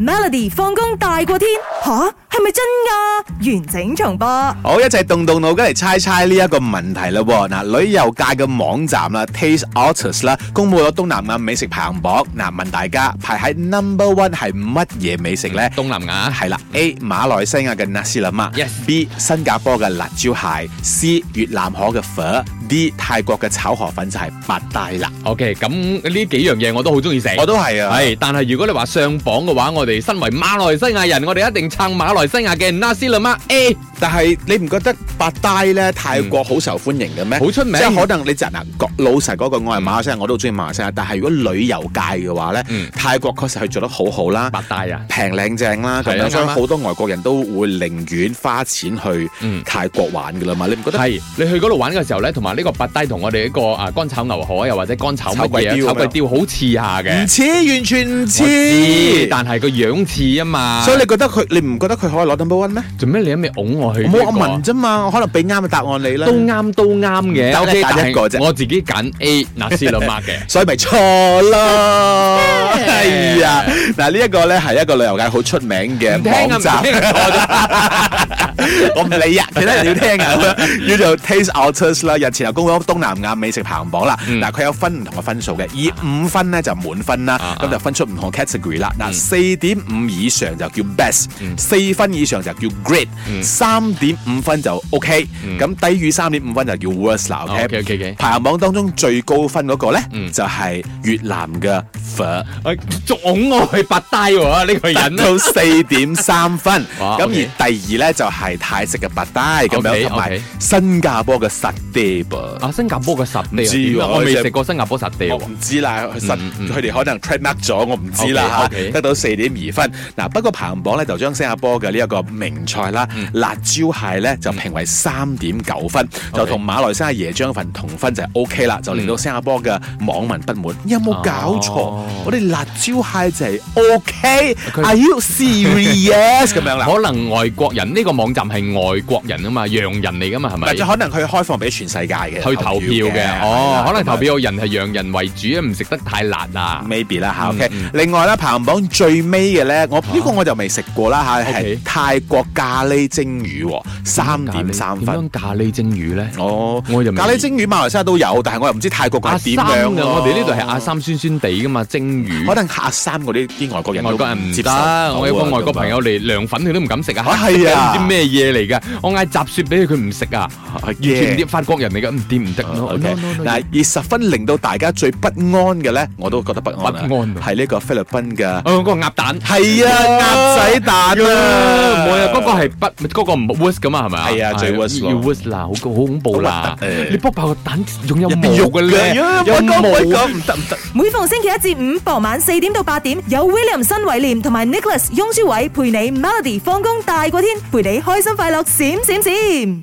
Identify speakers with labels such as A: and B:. A: Melody 放工大過天吓，係咪真㗎？完整重播。
B: 好，一齊動動腦筋嚟猜猜呢一個問題啦喎！嗱，旅遊界嘅網站啦，Taste Artist 啦，公佈咗東南亞美食排行榜。嗱，問大家排喺 number one 係乜嘢美食呢？
C: 東南亞
B: 係啦，A 馬來西亞嘅 nasi
C: Yes
B: lemak，B 新加坡嘅辣椒蟹，C 越南河嘅粉，D 泰國嘅炒河粉就係八大啦。
C: ，OK，咁呢幾樣嘢我都好中意食。
B: 我都係啊，
C: 係，但係如果你話上榜嘅話，我哋身為馬來西亞人，我哋一定撐馬來西亞嘅 nasi lemak A，
B: 但係你唔覺得八大呢泰國好受歡迎嘅咩？
C: 好出名
B: 即。係可能你就嗱，講老實嗰個，我係馬來西亞，我都好中意馬來西亞。但係如果旅遊界嘅話咧，
C: 嗯
B: 泰國確實係做得好好 啦，
C: 八大啊，
B: 平靚正啦，咁
C: 係啊
B: 樣所以
C: 啱啊
B: 好多外國人都會寧願花錢去
C: 嗯
B: 泰國玩噶啦嘛。你唔覺得？
C: 係你去嗰度玩嘅時候咧，同埋呢個八大同我哋一個啊乾炒牛河又或者乾炒乜嘢
B: 炒
C: 炒
B: 粿
C: 粿條好似下
B: 唔
C: 嘅，
B: 似，完全唔似
C: 我。知但係個樣似啊嘛。
B: 所以你覺得佢，你唔覺得佢可以攞 number one 咩？
C: 做咩你一味拱我去呢個？啊
B: 冇我問啫嘛，我可能俾啱嘅答案你啦
C: 都。啱都啱嘅
B: 但我只係揀
C: 但係
B: 一個啫
C: 我自己揀 A nasi lemak 嘅。
B: 所以咪錯咯，係啊！嗱，呢一個咧係一個旅遊界好出名嘅
C: 唔聽啊，
B: 網
C: 唔
B: 站。
C: 聽錯咗。
B: 我唔理啊，其他人要聽啊， 叫做 Taste Artist 啦。日前又公布咗東南亞美食排行榜啦，
C: 嗯
B: 嗱佢有分唔同嘅分數嘅，以五分咧就滿分啦
C: 啊，
B: 咁就分出唔同 category 啦。嗱，
C: 嗯
B: 四點五以上就叫 best，
C: 嗯
B: 四分以上就叫 great，
C: 嗯
B: 三點五分就 OK，
C: 嗯哦
B: 咁低於三點五分就叫 worst 啦。OK。
C: OK，OK，OK。
B: 排行榜當中最高分嗰個咧，
C: 嗯
B: 就係越南嘅粉。達
C: 哎，仲拱我去白帶喎，呢個人。
B: 到四點三分，
C: 哇
B: 咁而
C: OK
B: 第二咧就係泰式嘅白帶咁
C: OK，
B: 樣，同埋
C: OK
B: 新加坡嘅實地噃。
C: 啊，新加坡嘅實地啊，
B: 唔知喎，
C: 點啊？我
B: 真係-
C: 未食過新加坡實地喎。
B: 我唔知啦，實
C: 嗯嗯
B: 佢哋可能 trademark 咗，我唔知啦
C: OK，OK
B: 嚇，得到四點二分。嗱，不過排行榜咧就將新加坡嘅呢一個名菜啦，
C: 嗯
B: 辣椒蟹咧就評為三點九分，就
C: OK 嗯
B: 同馬來西亞椰漿份同分就係 OK 啦，就令到新加坡嘅網民不滿。有冇搞錯？
C: 哦
B: 我哋辣椒蟹就係 OK，Are
C: 佢
B: you serious 咁樣啦？
C: 可能外國人，呢個網站係外國人啊嘛，洋人嚟㗎嘛，係咪？
B: 或者可能佢開放俾全世界嘅
C: 去投票嘅，
B: 係啦咁啊
C: 哦，可能投票人係洋人為主啊，唔食得太辣啊。
B: maybe 啦嚇
C: 嗯
B: ，OK
C: 嗯。
B: 另外啦，排行榜最尾嘅咧，我呢個我就未食過啦嚇，係
C: OK
B: 泰國咖喱蒸魚喎，三點三分。
C: 點樣咖喱蒸魚呢？
B: 哦，
C: 我就未
B: 咖喱蒸魚馬來西亞都有，但係我又唔知泰國嗰係點
C: 阿三㗎，啊
B: 樣咯。
C: 我哋呢度係阿三酸酸地㗎嘛，蒸魚。
B: 可能阿三嗰啲啲外國人都
C: 外國人唔
B: 接受
C: 得，
B: 到啊咁
C: 我有個外國朋友嚟，涼粉佢都唔敢食啊，
B: 啊，係啊。
C: 唔知咩嘢嚟㗎，我嗌雜雪俾佢，佢唔食啊。
B: 啊
C: 完
B: 耶
C: 全啲法國人嚟嘅，唔掂唔得。
B: 哦
C: no,
B: Ờ, OK，
C: no, no, no,
B: 嗱，而十分令到大家最不安嘅咧，我都覺得不安啦
C: 不安啊
B: 係呢個菲律賓嘅
C: 哦，嗰個鴨蛋
B: 係啊鴨仔蛋啊，
C: 唔會啊，嗰個係不嗰個唔 worst 噶嘛，係咪啊？
B: 係啊最 à, worst 咯
C: 要 worst 啦，好好恐怖啦
B: 好核突誒！
C: 你剝爆個蛋仲有
B: 入
C: 毛
B: 邊肉
C: 嘅咧，
B: 有
C: 有
B: 冇
C: 毛啊
B: 唔得唔得。
A: 每逢星期一至五傍晚四點到八點，有 William 新偉廉同埋 Nicholas 雍舒偉陪你 Melody 放工大過天，陪你開心快樂閃閃閃。